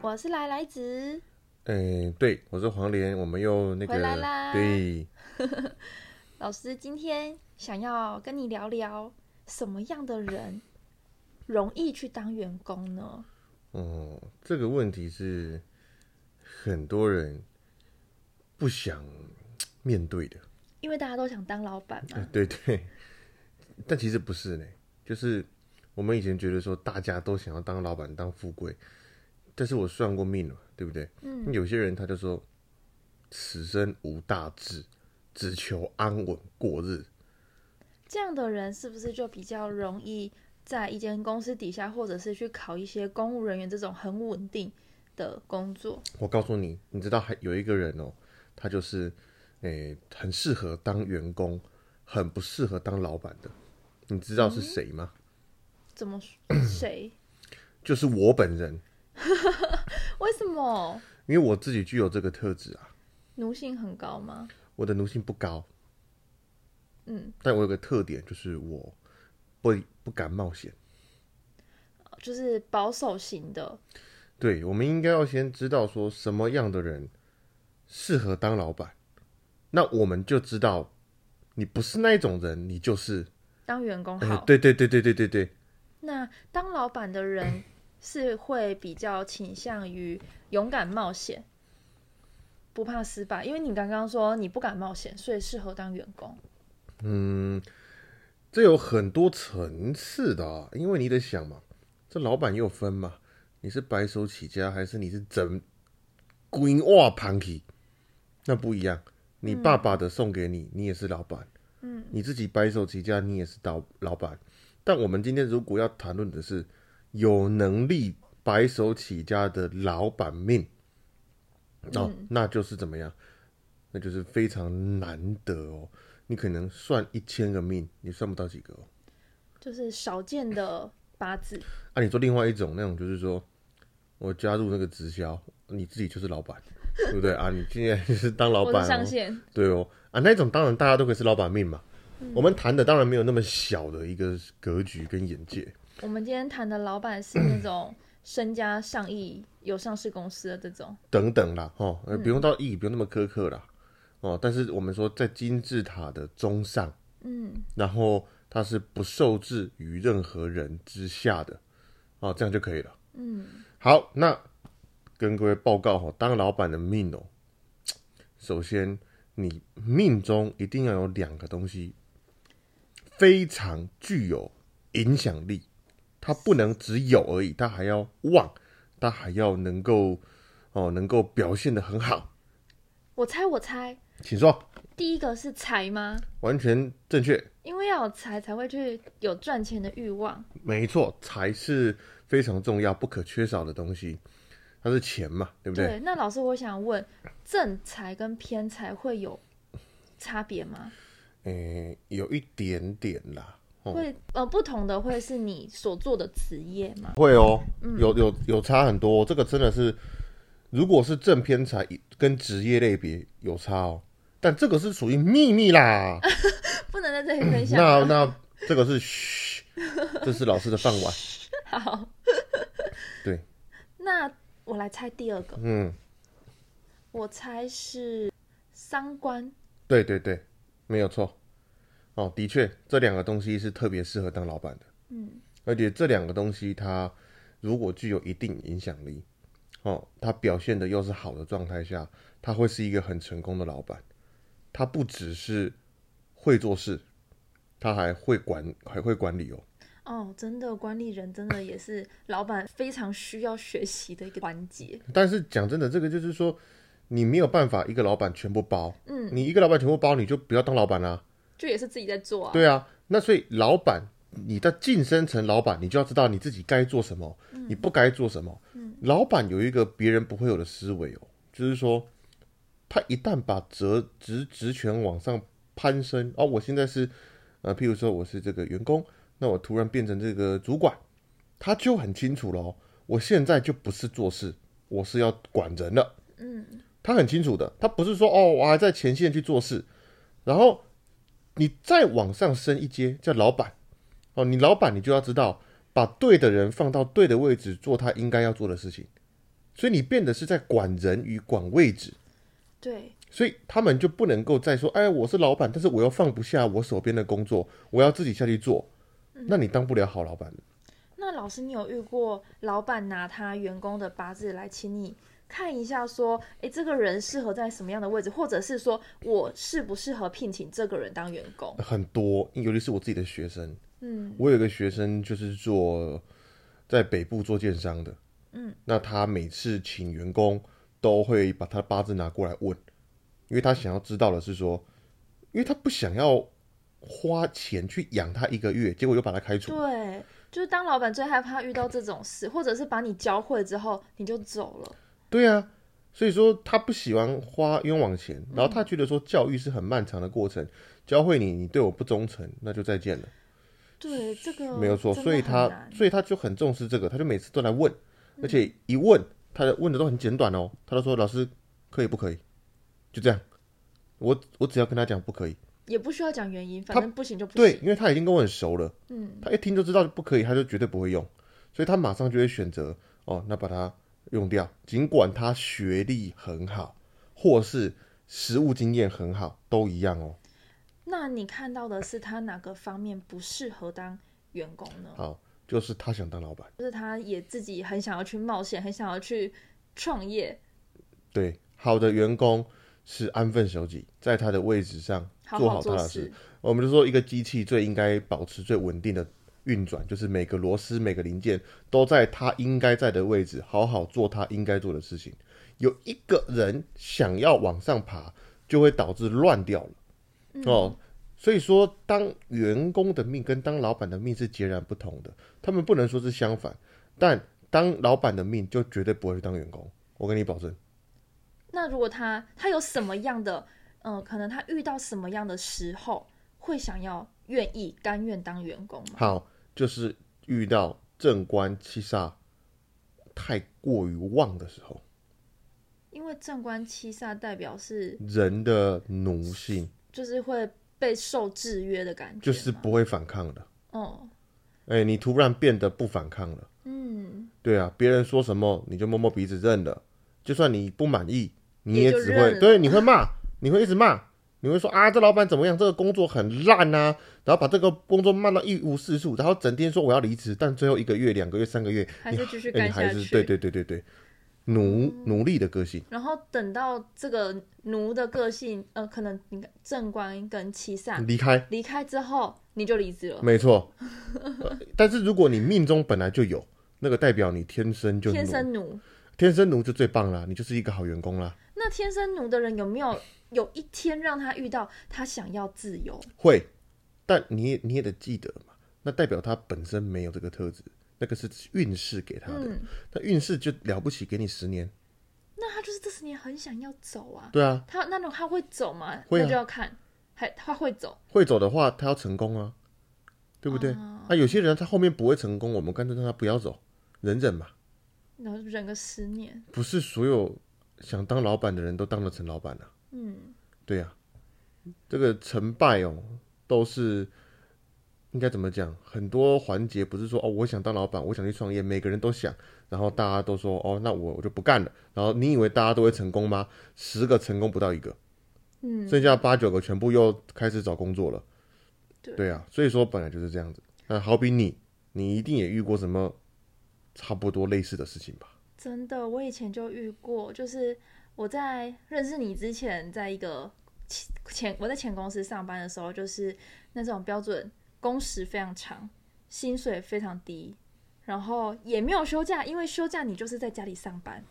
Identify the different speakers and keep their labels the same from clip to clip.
Speaker 1: 我是来来子，
Speaker 2: 嗯，对，我是黄连，我们又那
Speaker 1: 回
Speaker 2: 个
Speaker 1: 来啦
Speaker 2: 对，
Speaker 1: 老师今天想要跟你聊聊什么样的人容易去当员工呢？
Speaker 2: 嗯，这个问题是很多人不想面对的，
Speaker 1: 因为大家都想当老板嘛，
Speaker 2: 对对，但其实不是呢，就是我们以前觉得说大家都想要当老板、当富贵，但是我算过命了，对不对？嗯，有些人他就说此生无大志，只求安稳过日。
Speaker 1: 这样的人是不是就比较容易在一间公司底下，或者是去考一些公务人员这种很稳定的工作？
Speaker 2: 我告诉你，你知道还有一个人哦，他就是诶、很适合当员工，很不适合当老板的。你知道是
Speaker 1: 嗯
Speaker 2: 谁吗？
Speaker 1: 怎么谁？
Speaker 2: 就是我本人，
Speaker 1: 为什么
Speaker 2: 因为我自己具有这个特质啊。
Speaker 1: 奴性很高吗？
Speaker 2: 我的奴性不高，
Speaker 1: 嗯，
Speaker 2: 但我有个特点，就是我不不敢冒险。
Speaker 1: 就是保守型的，
Speaker 2: 对，我们应该要先知道说什么样的人适合当老板，那我们就知道你不是那一种人，你就是
Speaker 1: 当员工
Speaker 2: 哎
Speaker 1: 好。
Speaker 2: 对对对对对对对，
Speaker 1: 那当老板的人是会比较倾向于勇敢冒险，不怕失败，因为你刚刚说你不敢冒险，所以适合当员工。
Speaker 2: 这有很多层次的啊，因为你得想嘛，这老板也有分嘛，你是白手起家还是你是整规划盘起，那不一样。你爸爸的送给你，你也是老板，嗯，你自己白手起家，你也是老老板。但我们今天如果要谈论的是有能力白手起家的老板命，哦，那就是怎么样？那就是非常难得哦。你可能算一千个命，你算不到几个、哦。
Speaker 1: 就是少见的八字，
Speaker 2: 啊，你说另外一种那种就是说，我加入那个直销，你自己就是老板， 对不对啊？你今天就是当老
Speaker 1: 我的
Speaker 2: 板、
Speaker 1: 上
Speaker 2: 哦，
Speaker 1: 线
Speaker 2: 对哦啊，那种当然大家都可以是老板命嘛。我们谈的当然没有那么小的一个格局跟眼界，
Speaker 1: 我们今天谈的老板是那种身家上亿、有上市公司的这种，
Speaker 2: 等等啦，哦，呃不用到亿，不用那么苛刻啦，哦。但是我们说在金字塔的中上，
Speaker 1: 嗯，
Speaker 2: 然后它是不受制于任何人之下的，哦，这样就可以了。嗯，好，那跟各位报告哦，当老板的命哦，首先你命中一定要有两个东西非常具有影响力，它不能只有而已，它还要旺，它还要能够哦能够表现的很好，
Speaker 1: 我猜我猜，
Speaker 2: 请说，
Speaker 1: 第一个是财吗？
Speaker 2: 完全正确。
Speaker 1: 因为要有财才会去有赚钱的欲望，
Speaker 2: 没错，财是非常重要、不可缺少的东西，它是钱嘛，对不对？
Speaker 1: 对，那老师，我想问，正财跟偏财会有差别吗？
Speaker 2: 诶、有一点点啦，哦
Speaker 1: 会呃，不同的会是你所做的职业吗？
Speaker 2: 会哦，有有有差很多、哦这个真的是，如果是正偏财跟职业类别有差哦，但这个是属于秘密啦，嗯
Speaker 1: 不能在这里分享。
Speaker 2: 那那这个是嘘，这是老师的饭碗，
Speaker 1: 好，
Speaker 2: 对，
Speaker 1: 那我来猜第二个，
Speaker 2: 嗯，
Speaker 1: 我猜是三观，
Speaker 2: 对对对，没有错，哦，的确这两个东西是特别适合当老板的。
Speaker 1: 嗯，
Speaker 2: 而且这两个东西它如果具有一定影响力，哦，它表现的又是好的状态下，他会是一个很成功的老板。他不只是会做事，他还会管，还会管理哦。
Speaker 1: 哦，真的管理人真的也是老板非常需要学习的一个环节。
Speaker 2: 但是讲真的，这个就是说，你没有办法一个老板全部包，
Speaker 1: 嗯，
Speaker 2: 你一个老板全部包，你就不要当老板啦、
Speaker 1: 就也是自己在做啊。
Speaker 2: 对啊，那所以老板，你在晋升成老板，你就要知道你自己该做什么，
Speaker 1: 嗯
Speaker 2: 你不该做什么。老板有一个别人不会有的思维哦，就是说，他一旦把责职职权往上攀升，哦，我现在是，呃，譬如说我是这个员工，那我突然变成这个主管，他就很清楚了、哦，我现在就不是做事，我是要管人了。
Speaker 1: 嗯，
Speaker 2: 他很清楚的，他不是说哦，我还在前线去做事，然后你再往上升一阶叫老板，哦，你老板你就要知道把对的人放到对的位置做他应该要做的事情，所以你变得是在管人与管位置，
Speaker 1: 对，
Speaker 2: 所以他们就不能够再说，哎，我是老板，但是我又放不下我手边的工作，我要自己下去做，那你当不了好老板。
Speaker 1: 那老师，你有遇过老板拿他员工的八字来请你看一下，说，诶，这个人适合在什么样的位置，或者是说我适不适合聘请这个人当员工？
Speaker 2: 很多，尤其是我自己的学生，
Speaker 1: 嗯，
Speaker 2: 我有一个学生就是做在北部做建商的，
Speaker 1: 嗯，
Speaker 2: 那他每次请员工都会把他八字拿过来问，因为他想要知道的是说，因为他不想要花钱去养他一个月，结果又把他开除，
Speaker 1: 对，就是当老板最害怕遇到这种事，或者是把你教会之后你就走了。
Speaker 2: 对啊，所以说他不喜欢花冤枉钱，然后他觉得说教育是很漫长的过程，教会你你对我不忠诚，那就再见了。
Speaker 1: 对，这个
Speaker 2: 没有错，
Speaker 1: 嗯真的
Speaker 2: 所以
Speaker 1: 很
Speaker 2: 他
Speaker 1: 难
Speaker 2: 所以他就很重视这个，他就每次都来问，而且一问他的问的都很简短哦，他就说老师可以不可以？就这样，我我只要跟他讲不可以，
Speaker 1: 也不需要讲原因，反
Speaker 2: 他
Speaker 1: 正不行就不
Speaker 2: 对
Speaker 1: 行。，
Speaker 2: 因为他已经跟我很熟了，
Speaker 1: 嗯，
Speaker 2: 他一听就知道不可以，他就绝对不会用，所以他马上就会选择哦，那把它用掉，尽管他学历很好，或是实务经验很好，都一样哦。
Speaker 1: 那你看到的是他哪个方面不适合当员工呢？
Speaker 2: 好，就是他想当老板。
Speaker 1: 就是他也自己很想要去冒险，很想要去创业，
Speaker 2: 对，好的员工是安分守己，在他的位置上
Speaker 1: 好
Speaker 2: 做
Speaker 1: 好
Speaker 2: 他
Speaker 1: 做
Speaker 2: 的
Speaker 1: 事。
Speaker 2: 我们就说，一个机器最应该保持最稳定的运转，就是每个螺丝、每个零件都在它应该在的位置，好好做它应该做的事情。有一个人想要往上爬，就会导致乱掉了、哦。所以说，当员工的命跟当老板的命是截然不同的，他们不能说是相反，但当老板的命就绝对不会去当员工，我跟你保证。
Speaker 1: 那如果他他有什么样的，嗯、可能他遇到什么样的时候会想要愿意甘愿当员工吗？
Speaker 2: 好，就是遇到正官七煞太过于旺的时候，
Speaker 1: 因为正官七煞代表是
Speaker 2: 人的奴性
Speaker 1: 就是啊会被受制约的感觉，
Speaker 2: 就是不会反抗的。
Speaker 1: 哦，
Speaker 2: 哎，你突然变得不反抗了，
Speaker 1: 嗯，
Speaker 2: 对啊，别人说什么你就摸摸鼻子认了，就算你不满意，你
Speaker 1: 也就
Speaker 2: 只
Speaker 1: 认
Speaker 2: 会
Speaker 1: 了
Speaker 2: 对，你会骂，你会一直骂，你会说啊，这老板怎么样？这个工作很烂啊，然后把这个工作骂到一无是处，然后整天说我要离职，但最后一个月、两个月、三个月，
Speaker 1: 还是继续
Speaker 2: 哎
Speaker 1: 干
Speaker 2: 你还
Speaker 1: 下
Speaker 2: 是
Speaker 1: 去。嗯
Speaker 2: 对对对对对，奴奴隶的个性。
Speaker 1: 然后等到这个奴的个性，呃，可能你正官跟七煞
Speaker 2: 离开，
Speaker 1: 离开之后，你就离职了，
Speaker 2: 没错。呃但是如果你命中本来就有，那个代表你天生就奴
Speaker 1: 天生奴。
Speaker 2: 天生奴就最棒啦，你就是一个好员工啦。
Speaker 1: 那天生奴的人有没有有一天让他遇到他想要自由？
Speaker 2: 会，但你也你也得记得嘛，那代表他本身没有这个特质，那个是运势给他的。
Speaker 1: 嗯，
Speaker 2: 那运势就了不起，给你十年。
Speaker 1: 那他就是这十年很想要走啊。
Speaker 2: 对啊，
Speaker 1: 他那种他会走吗？
Speaker 2: 会啊
Speaker 1: 那就要看，还他会走，
Speaker 2: 会走的话，他要成功啊，对不对？
Speaker 1: 哦
Speaker 2: 啊，有些人他后面不会成功，我们干脆让他不要走，忍忍嘛。
Speaker 1: 然后忍个十年。
Speaker 2: 不是所有想当老板的人都当得成老板啊。
Speaker 1: 嗯，
Speaker 2: 对呀、这个成败哦，都是应该怎么讲？很多环节不是说哦，我想当老板，我想去创业，每个人都想，然后大家都说哦，那我我就不干了。然后你以为大家都会成功吗？十个成功不到一个，
Speaker 1: 嗯，
Speaker 2: 剩下八九个全部又开始找工作了。
Speaker 1: 对
Speaker 2: 啊，所以说本来就是这样子。那好比你，你一定也遇过什么差不多类似的事情吧？
Speaker 1: 真的，我以前就遇过，就是我在认识你之前，在一个前前我在前公司上班的时候，就是那种标准工时非常长，薪水非常低，然后也没有休假，因为休假你就是在家里上班。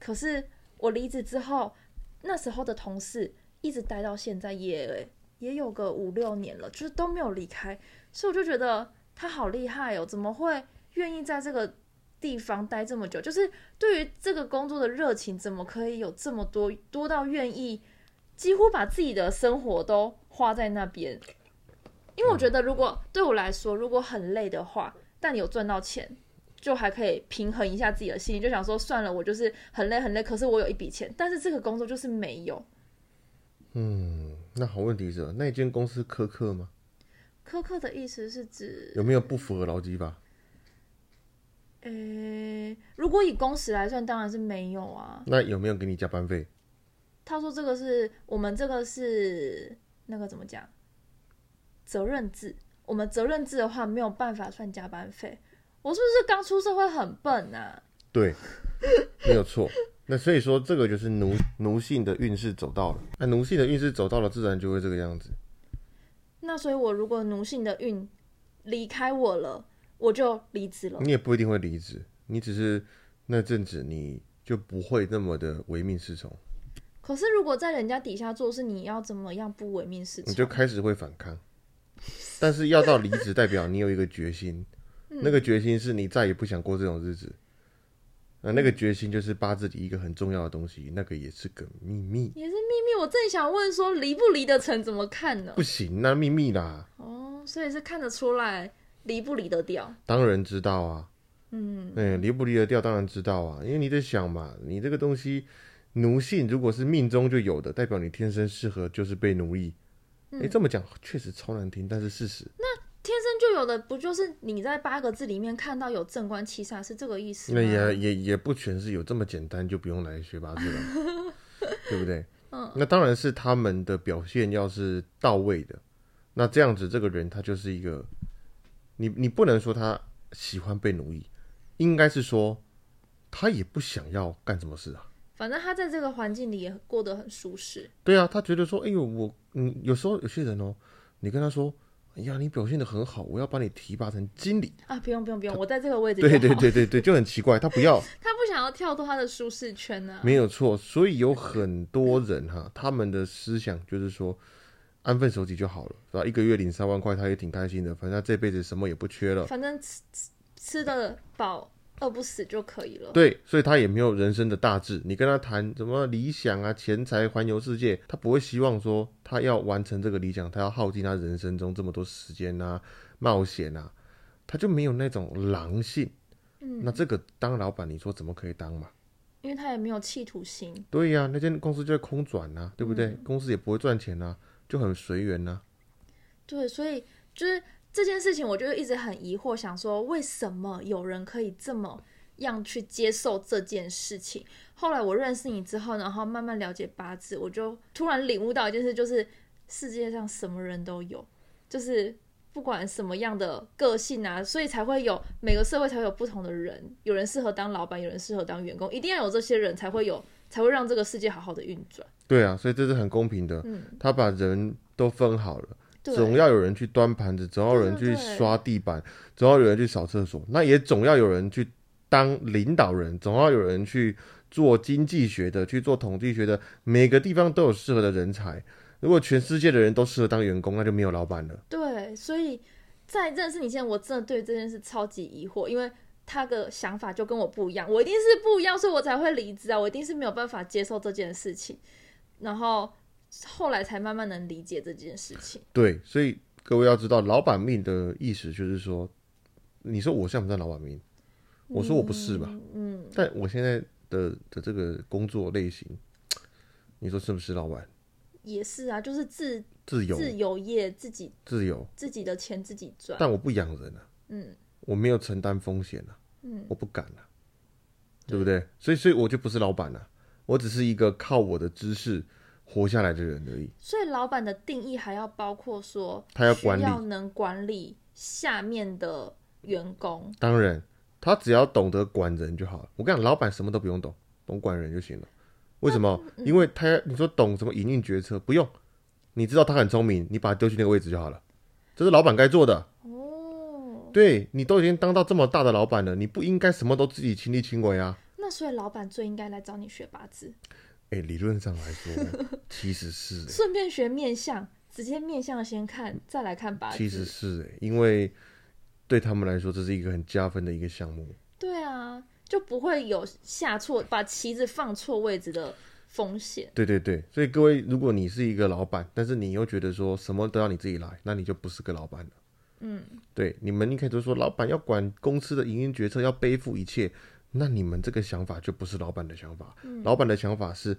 Speaker 1: 可是我离职之后，那时候的同事一直待到现在也也有个五六年了，就是都没有离开，所以我就觉得他好厉害哦，怎么会愿意在这个地方待这么久，就是对于这个工作的热情，怎么可以有这么多多到愿意几乎把自己的生活都花在那边？因为我觉得，如果对我来说，如果很累的话，但有赚到钱，就还可以平衡一下自己的心里，就想说算了，我就是很累很累，可是我有一笔钱，但是这个工作就是没有。
Speaker 2: 那好问题是，那一间公司苛刻吗？
Speaker 1: 苛刻的意思是指
Speaker 2: 有没有不符合劳基法？
Speaker 1: 诶，如果以工时来算，当然是没有啊。
Speaker 2: 那有没有给你加班费？
Speaker 1: 他说这个是我们这个是那个怎么讲？责任制。我们责任制的话，没有办法算加班费。我是不是刚出社会很笨啊？
Speaker 2: 对，没有错。那所以说，这个就是奴奴性的运势走到了。那奴性的运势走到了，自然就会这个样子。
Speaker 1: 那所以，我如果奴性的运离开我了，我就离职了。
Speaker 2: 你也不一定会离职，你只是那阵子你就不会那么的唯命是从，
Speaker 1: 可是，如果在人家底下做事，你要怎么样不违命是
Speaker 2: 你就
Speaker 1: 从？
Speaker 2: 开始会反抗。但是要到离职，代表你有一个决心，那个决心是你再也不想过这种日子。那那个决心就是八字里一个很重要的东西，那个也是个秘密，
Speaker 1: 也是秘密。我正想问说，离不离得成怎么看呢
Speaker 2: 不？行，那秘密啦，
Speaker 1: 哦，所以是看得出来离不离得掉。
Speaker 2: 当然知道啊，嗯，哎、离不离得掉当然知道啊，因为你得想嘛，你这个东西奴性如果是命中就有的，代表你天生适合就是被奴役。哎、这么讲确实超难听，但是事实，
Speaker 1: 天生就有的，不就是你在八个字里面看到有正官七煞是这个意思吗？
Speaker 2: 那也也也不全是有这么简单，就不用来学八字了，对不对？嗯，那当然是他们的表现要是到位的，那这样子这个人他就是一个，你你不能说他喜欢被奴役，应该是说他也不想要干什么事啊。
Speaker 1: 反正他在这个环境里也过得很舒适。
Speaker 2: 对啊，他觉得说，哎呦，我，嗯，有时候有些人哦，你跟他说，哎呀，你表现的很好，我要把你提拔成经理。
Speaker 1: 啊，不用不用不用，我在这个位置就好。
Speaker 2: 对对对对对，就很奇怪，他不要，
Speaker 1: 他不想要跳脱他的舒适圈呢、啊。
Speaker 2: 没有错。所以有很多人哈，他们的思想就是说，安分守己就好了，是吧？一个月领三万块，他也挺开心的，反正他这辈子什么也不缺了。
Speaker 1: 反正吃吃吃得饱，饿不死就可以了。
Speaker 2: 对，所以他也没有人生的大志。你跟他谈什么理想啊、钱财、环游世界，他不会希望说他要完成这个理想，他要耗尽他人生中这么多时间啊、冒险啊，他就没有那种狼性。嗯，那这个当老板，你说怎么可以当嘛？
Speaker 1: 因为他也没有企图心。
Speaker 2: 对呀、那间公司就在空转
Speaker 1: 嗯
Speaker 2: 呐、对不对？公司也不会赚钱呐、就很随缘呐、
Speaker 1: 对，所以就是这件事情，我就一直很疑惑，想说为什么有人可以这么样去接受这件事情？后来我认识你之后，然后慢慢了解八字，我就突然领悟到一件事，就是世界上什么人都有，就是。不管什么样的个性啊，所以才会有每个社会才会有不同的人，有人适合当老板，有人适合当员工，一定要有这些人才会有，才会让这个世界好好的运转。
Speaker 2: 对啊，所以这是很公平的。
Speaker 1: 嗯，
Speaker 2: 他把人都分好了。
Speaker 1: 对，
Speaker 2: 总要有人去端盘子，总要有人去
Speaker 1: 对对对
Speaker 2: 刷地板，总要有人去扫厕所，那也总要有人去当领导人，总要有人去做经济学的，去做统计学的，每个地方都有适合的人才。如果全世界的人都适合当员工，那就没有老板了。
Speaker 1: 对，所以在认识你之前，我真的对这件事超级疑惑，因为他的想法就跟我不一样，我一定是不一样，所以我才会离职啊，我一定是没有办法接受这件事情，然后后来才慢慢能理解这件事情。
Speaker 2: 对，所以各位要知道，老板命的意思就是说，你说我像不像老板命？我说我不是吧？
Speaker 1: 嗯，
Speaker 2: 但我现在的的这个工作类型，你说是不是老板？
Speaker 1: 也是啊，就是自
Speaker 2: 自由，
Speaker 1: 自由业，自己
Speaker 2: 自由。
Speaker 1: 自己的钱自己赚，
Speaker 2: 但我不养人啊，
Speaker 1: 嗯，
Speaker 2: 我没有承担风险啊，
Speaker 1: 嗯，
Speaker 2: 我不敢啊，对不对？所以，所以我就不是老板啊，我只是一个靠我的知识活下来的人而已。
Speaker 1: 所以老板的定义还要包括说，
Speaker 2: 他要管理
Speaker 1: 需要能管理下面的员工，
Speaker 2: 当然，他只要懂得管人就好了。我跟你讲，老板什么都不用懂，懂管人就行了。为什么？因为他你说懂什么营运决策不用，你知道他很聪明，你把他丢去那个位置就好了，这是老板该做的。
Speaker 1: 哦，
Speaker 2: 对你都已经当到这么大的老板了，你不应该什么都自己亲力亲为啊。
Speaker 1: 那所以老板最应该来找你学八字。
Speaker 2: 哎，理论上来说，其实是的
Speaker 1: 顺便学面相，直接面相先看，再来看八字。
Speaker 2: 其实是欸因为对他们来说，这是一个很加分的一个项目。
Speaker 1: 对啊，就不会有下错把旗子放错位置的风险。
Speaker 2: 对对对，所以各位，如果你是一个老板，但是你又觉得说什么都要你自己来，那你就不是个老板了。嗯，对，你们一开始说老板要管公司的营运决策，要背负一切，那你们这个想法就不是老板的想法。老板的想法是，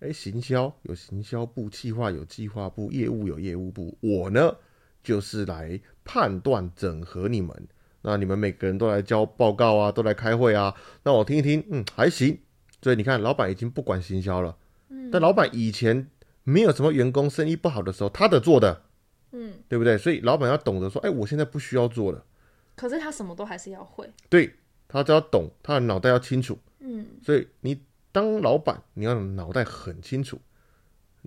Speaker 2: 哎，行销有行销部，计划有计划部，业务有业务部，我呢就是来判断整合你们。那那你们每个人都来交报告啊，都来开会啊。那我听一听，嗯，还行。所以你看，老板已经不管行销了。嗯，但老板以前没有什么员工生意不好的时候，他得做的，
Speaker 1: 嗯，
Speaker 2: 对不对？所以老板要懂得说，哎，我现在不需要做了。
Speaker 1: 可是他什么都还是要会，
Speaker 2: 对他只要懂，他的脑袋要清楚。
Speaker 1: 嗯，
Speaker 2: 所以你当老板，你要脑袋很清楚，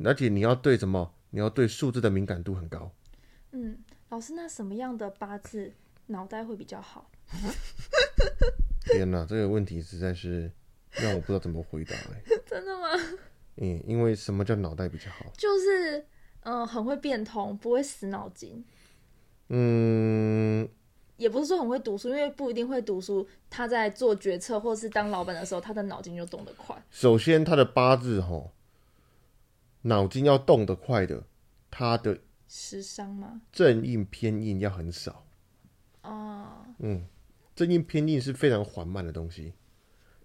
Speaker 2: 而且你要对什么？你要对数字的敏感度很高。
Speaker 1: 嗯，老师，那什么样的八字脑袋会比较好？
Speaker 2: 天哪，这个问题实在是让我不知道怎么回答、哎。
Speaker 1: 真的吗？
Speaker 2: 嗯，因为什么叫脑袋比较好？
Speaker 1: 就是嗯、呃很会变通，不会死脑筋，
Speaker 2: 嗯，
Speaker 1: 也不是说很会读书，因为不一定会读书。他在做决策或是当老板的时候，他的脑筋就动得快。
Speaker 2: 首先他的八字吼，脑筋要动得快的，他的
Speaker 1: 时商吗？
Speaker 2: 正印偏印要很少。嗯
Speaker 1: 啊、
Speaker 2: 正印偏印是非常缓慢的东西，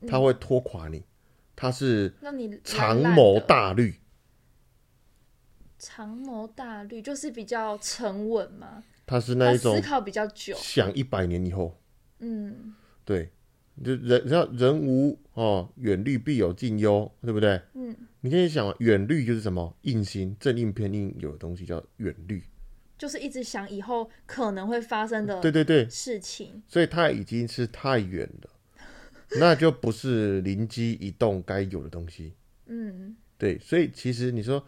Speaker 1: 嗯
Speaker 2: 它会拖垮你。它是
Speaker 1: 那你
Speaker 2: 长
Speaker 1: 懒懒
Speaker 2: 谋
Speaker 1: 的
Speaker 2: 大虑，
Speaker 1: 长谋大虑，就是比较沉稳嘛，
Speaker 2: 它是那
Speaker 1: 他
Speaker 2: 一种
Speaker 1: 思考比较久。
Speaker 2: 想一百年以后，
Speaker 1: 嗯
Speaker 2: 对，就人要人无哦，远虑必有近忧，对不对？
Speaker 1: 嗯，
Speaker 2: 你可以想，远虑就是什么印心，正印偏印有的东西叫远虑，
Speaker 1: 就是一直想以后可能会发生的
Speaker 2: 对对对，
Speaker 1: 事情。
Speaker 2: 所以它已经是太远了，那就不是灵机一动该有的东西。
Speaker 1: 嗯，
Speaker 2: 对，所以其实你说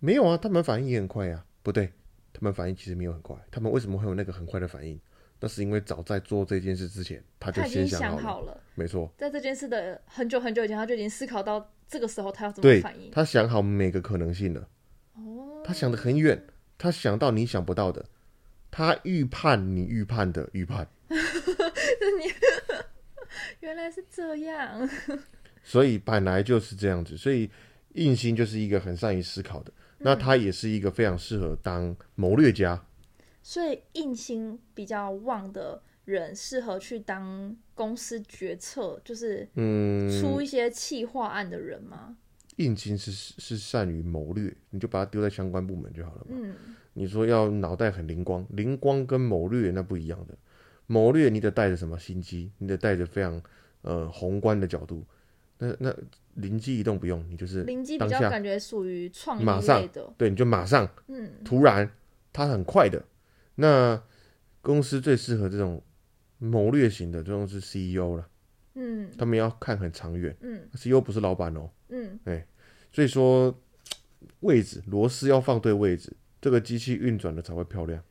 Speaker 2: 没有啊，他们反应也很快啊，不对，他们反应其实没有很快，他们为什么会有那个很快的反应？那是因为早在做这件事之前，他就
Speaker 1: 他已
Speaker 2: 先
Speaker 1: 经
Speaker 2: 想
Speaker 1: 想
Speaker 2: 了，
Speaker 1: 好了，
Speaker 2: 没错，
Speaker 1: 在这件事的很久很久以前，他就已经思考到这个时候他要怎么
Speaker 2: 对
Speaker 1: 反应。
Speaker 2: 他想好每个可能性了，
Speaker 1: 哦，
Speaker 2: 他想得很远，他想到你想不到的，他预判你预判的预判，
Speaker 1: 原来是这样。
Speaker 2: 所以本来就是这样子，所以印星就是一个很善于思考的，那
Speaker 1: 嗯
Speaker 2: 他也是一个非常适合当谋略家，
Speaker 1: 所以硬心比较旺的人适合去当公司决策，就是
Speaker 2: 嗯，
Speaker 1: 出一些企划案的人吗？
Speaker 2: 印星是是善于谋略，你就把它丢在相关部门就好了嘛。
Speaker 1: 嗯
Speaker 2: 你说要脑袋很灵光，灵光跟谋略那不一样的。谋略你得带着什么心机，你得带着非常呃宏观的角度。那那灵机一动不用，你就是
Speaker 1: 灵机比
Speaker 2: 当
Speaker 1: 较
Speaker 2: 下
Speaker 1: 感觉属于创意
Speaker 2: 马上
Speaker 1: 类的。
Speaker 2: 对，你就马上
Speaker 1: 嗯
Speaker 2: 突然，它很快的。那公司最适合这种谋略型的，这种是 CEO E 了，
Speaker 1: 嗯
Speaker 2: 他们要看很长远。
Speaker 1: 嗯
Speaker 2: CEO 不是老板哦，
Speaker 1: 嗯，
Speaker 2: 所以说位置螺丝要放对位置，这个机器运转的才会漂亮。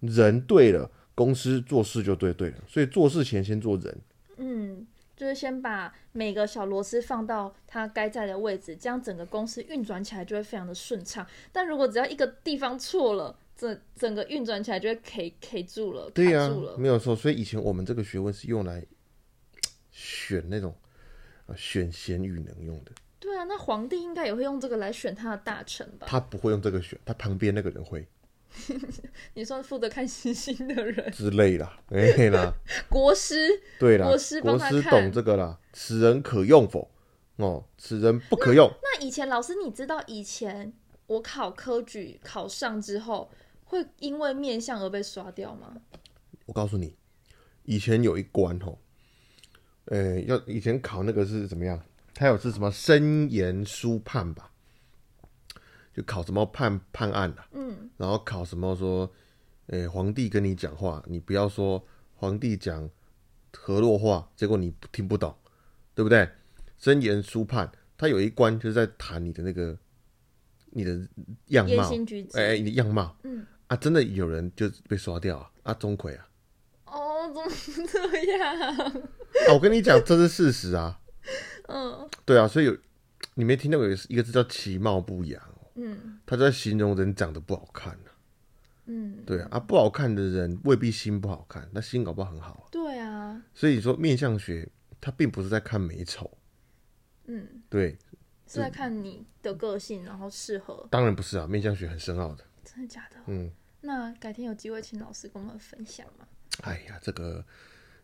Speaker 2: 人对了，公司做事就对对了。所以做事前先做人，
Speaker 1: 嗯，就是先把每个小螺丝放到它该在的位置，这样整个公司运转起来就会非常的顺畅。但如果只要一个地方错了，整整个运转起来就会 K K 住了，
Speaker 2: 对呀、
Speaker 1: 卡住了。
Speaker 2: 没有错。所以以前我们这个学问是用来选那种呃选贤与能用的，
Speaker 1: 对啊，那皇帝应该也会用这个来选他的大臣吧？
Speaker 2: 他不会用这个选，他旁边那个人会
Speaker 1: 你说负责看星星的人，
Speaker 2: 之类啦， 哎、啦，
Speaker 1: 国师
Speaker 2: 对啦，
Speaker 1: 国师帮
Speaker 2: 国
Speaker 1: 他
Speaker 2: 师
Speaker 1: 看
Speaker 2: 懂这个啦，此人可用否？哦，此人不可用。
Speaker 1: 那以前老师，你知道以前我考科举考上之后，会因为面相而被刷掉吗？
Speaker 2: 我告诉你，以前有一关吼，呃，要以前考那个是怎么样？他有是什么申言书判吧？就考什么判判案啊，
Speaker 1: 嗯，
Speaker 2: 然后考什么说，呃，皇帝跟你讲话，你不要说皇帝讲河洛话，结果你听不懂，对不对？申言书判，他有一关就是在谈你的那个你的样
Speaker 1: 言
Speaker 2: 貌，
Speaker 1: 行举止。
Speaker 2: 哎、哎你的样貌，
Speaker 1: 嗯，
Speaker 2: 啊，真的有人就被刷掉啊，啊，钟馗啊。
Speaker 1: 哦，怎么这样？
Speaker 2: 啊，我跟你讲，这是事实啊。
Speaker 1: 嗯
Speaker 2: 对啊，所以有你没听到有一个字叫“其貌不扬”哦，
Speaker 1: 嗯
Speaker 2: 他在形容人长得不好看、啊、
Speaker 1: 嗯，
Speaker 2: 对啊，啊，不好看的人未必心不好看，那心搞不好很好啊、
Speaker 1: 对啊，
Speaker 2: 所以你说面相学，它并不是在看美丑，
Speaker 1: 嗯，
Speaker 2: 对，
Speaker 1: 是在看你的个性，然后适合，
Speaker 2: 当然不是啊，面相学很深奥的。
Speaker 1: 真的假的？
Speaker 2: 嗯，
Speaker 1: 那改天有机会请老师跟我们分享嘛？
Speaker 2: 哎呀，这个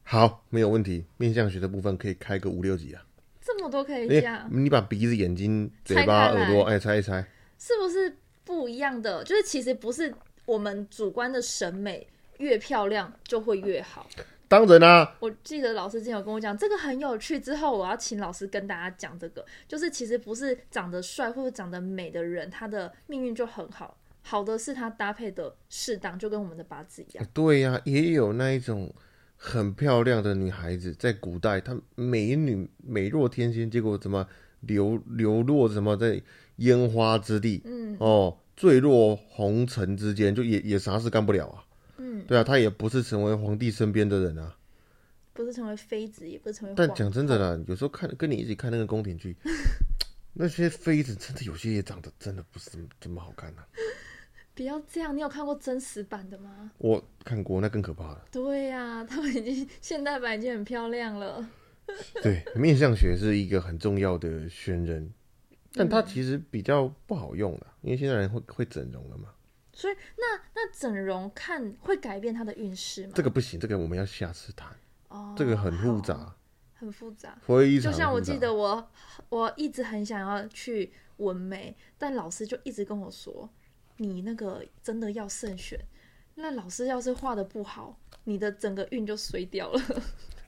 Speaker 2: 好没有问题，面相学的部分可以开个五六集啊。
Speaker 1: 这么多可以
Speaker 2: 哎、
Speaker 1: 讲，
Speaker 2: 你把鼻子、眼睛、嘴
Speaker 1: 拆
Speaker 2: 巴、
Speaker 1: 开来
Speaker 2: 耳朵，哎，猜一猜，
Speaker 1: 是不是不一样的？就是其实不是我们主观的审美越漂亮就会越好，
Speaker 2: 当啊然啦、
Speaker 1: 我记得老师之前有跟我讲，这个很有趣。之后我要请老师跟大家讲这个，就是其实不是长得帅或者长得美的人，他的命运就很好。好的是他搭配的适当，就跟我们的八字一样。
Speaker 2: 对呀、也有那一种很漂亮的女孩子，在古代她美女美若天仙，结果怎么流流落什么在烟花之地，
Speaker 1: 嗯
Speaker 2: 哦，坠落红尘之间，就也也啥事干不了啊。
Speaker 1: 嗯，
Speaker 2: 对啊，她也不是成为皇帝身边的人啊。
Speaker 1: 不是成为妃子，也不是成为
Speaker 2: 但
Speaker 1: 皇
Speaker 2: 讲真的啦，有时候看跟你一起看那个宫廷剧， 那些妃子真的有些也长得真的不是怎么好看啊。
Speaker 1: 不要这样。你有看过真实版的吗？
Speaker 2: 我看过，那更可怕了。
Speaker 1: 对呀、他们已经现代版已经很漂亮了。
Speaker 2: 对，面相学是一个很重要的宣认，但
Speaker 1: 嗯
Speaker 2: 它其实比较不好用的，因为现在人会会整容了嘛，
Speaker 1: 哦所以那那整容看会改变他的运势吗？
Speaker 2: 这个不行，这个我们要下次谈，
Speaker 1: 哦，
Speaker 2: 这个很复
Speaker 1: 好，
Speaker 2: 杂，
Speaker 1: 很复杂。
Speaker 2: 非常
Speaker 1: 就像我
Speaker 2: 复杂
Speaker 1: 记得我我一直很想要去纹眉，但老师就一直跟我说，你那个真的要慎选。那老师要是画的不好，你的整个运就衰掉了。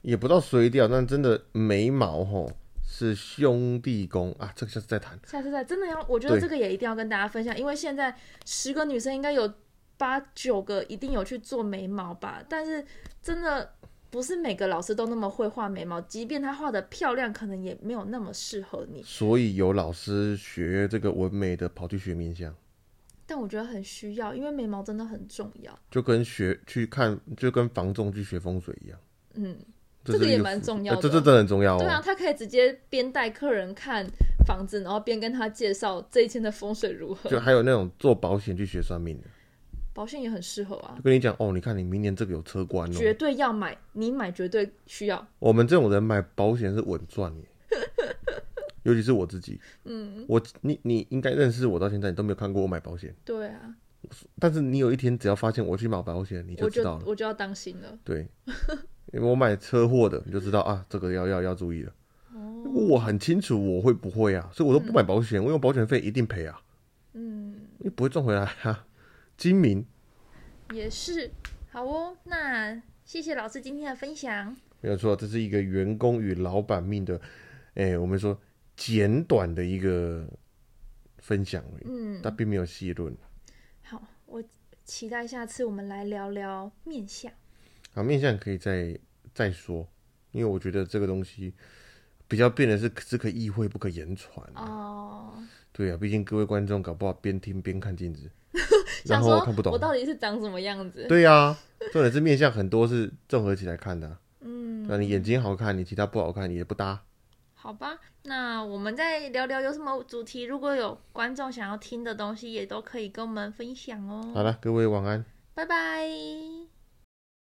Speaker 2: 也不到衰掉，但真的眉毛吼是兄弟宫啊，这个下次再谈。
Speaker 1: 下次再真的要，我觉得
Speaker 2: 对
Speaker 1: 这个也一定要跟大家分享，因为现在十个女生应该有八九个一定有去做眉毛吧，但是真的。不是每个老师都那么会画眉毛，即便她画的漂亮，可能也没有那么适合你。
Speaker 2: 所以有老师学这个纹眉的，跑去学面相，
Speaker 1: 但我觉得很需要，因为眉毛真的很重要。
Speaker 2: 就跟学去看，就跟房仲去学风水一样，
Speaker 1: 嗯，
Speaker 2: 这
Speaker 1: 这个
Speaker 2: 是一
Speaker 1: 也
Speaker 2: 个
Speaker 1: 蛮
Speaker 2: 复
Speaker 1: 重要
Speaker 2: 呃这
Speaker 1: 的
Speaker 2: 这真的很重要
Speaker 1: 对啊，
Speaker 2: 哦。
Speaker 1: 他可以直接边带客人看房子，然后边跟他介绍这一间的风水如
Speaker 2: 就
Speaker 1: 何。
Speaker 2: 还有那种做保险去学算命的，
Speaker 1: 保险也很适合啊
Speaker 2: 就，跟你讲哦，你看你明年这个有车关哦，
Speaker 1: 绝对要买，你买绝对需要。
Speaker 2: 我们这种人买保险是稳赚耶，尤其是我自己。嗯，我你你应该认识我到现在，你都没有看过我买保险，
Speaker 1: 对啊，
Speaker 2: 但是你有一天只要发现我去买保险，你
Speaker 1: 我
Speaker 2: 就知
Speaker 1: 就
Speaker 2: 道了。
Speaker 1: 我就要当心了。
Speaker 2: 对，因为我买车祸的，你就知道啊，这个要要要注意了。我很清楚我会不会啊，所以我都不买保险，我用保险费一定赔啊，
Speaker 1: 嗯，
Speaker 2: 你不会赚回来啊。精明
Speaker 1: 也是。好哦，那谢谢老师今天的分享。
Speaker 2: 没有错，这是一个员工与老板命的，哎、我们说简短的一个分享而已。
Speaker 1: 嗯，
Speaker 2: 但并没有细论。
Speaker 1: 好，我期待下次我们来聊聊面相。
Speaker 2: 啊，面相可以再再说，因为我觉得这个东西比较变得是只可意会不可言传、
Speaker 1: 哦，
Speaker 2: 对啊，毕竟各位观众搞不好边听边看镜子，然
Speaker 1: 想
Speaker 2: 后
Speaker 1: 说
Speaker 2: 看不懂
Speaker 1: 我。到底是长什么样子？
Speaker 2: 对啊，重点是面相很多是综合起来看的、嗯，那你眼睛好看，你其他不好看也不搭。
Speaker 1: 好吧，那我们再聊聊有什么主题，如果有观众想要听的东西，也都可以跟我们分享哦。
Speaker 2: 好了，各位晚安。
Speaker 1: 拜拜。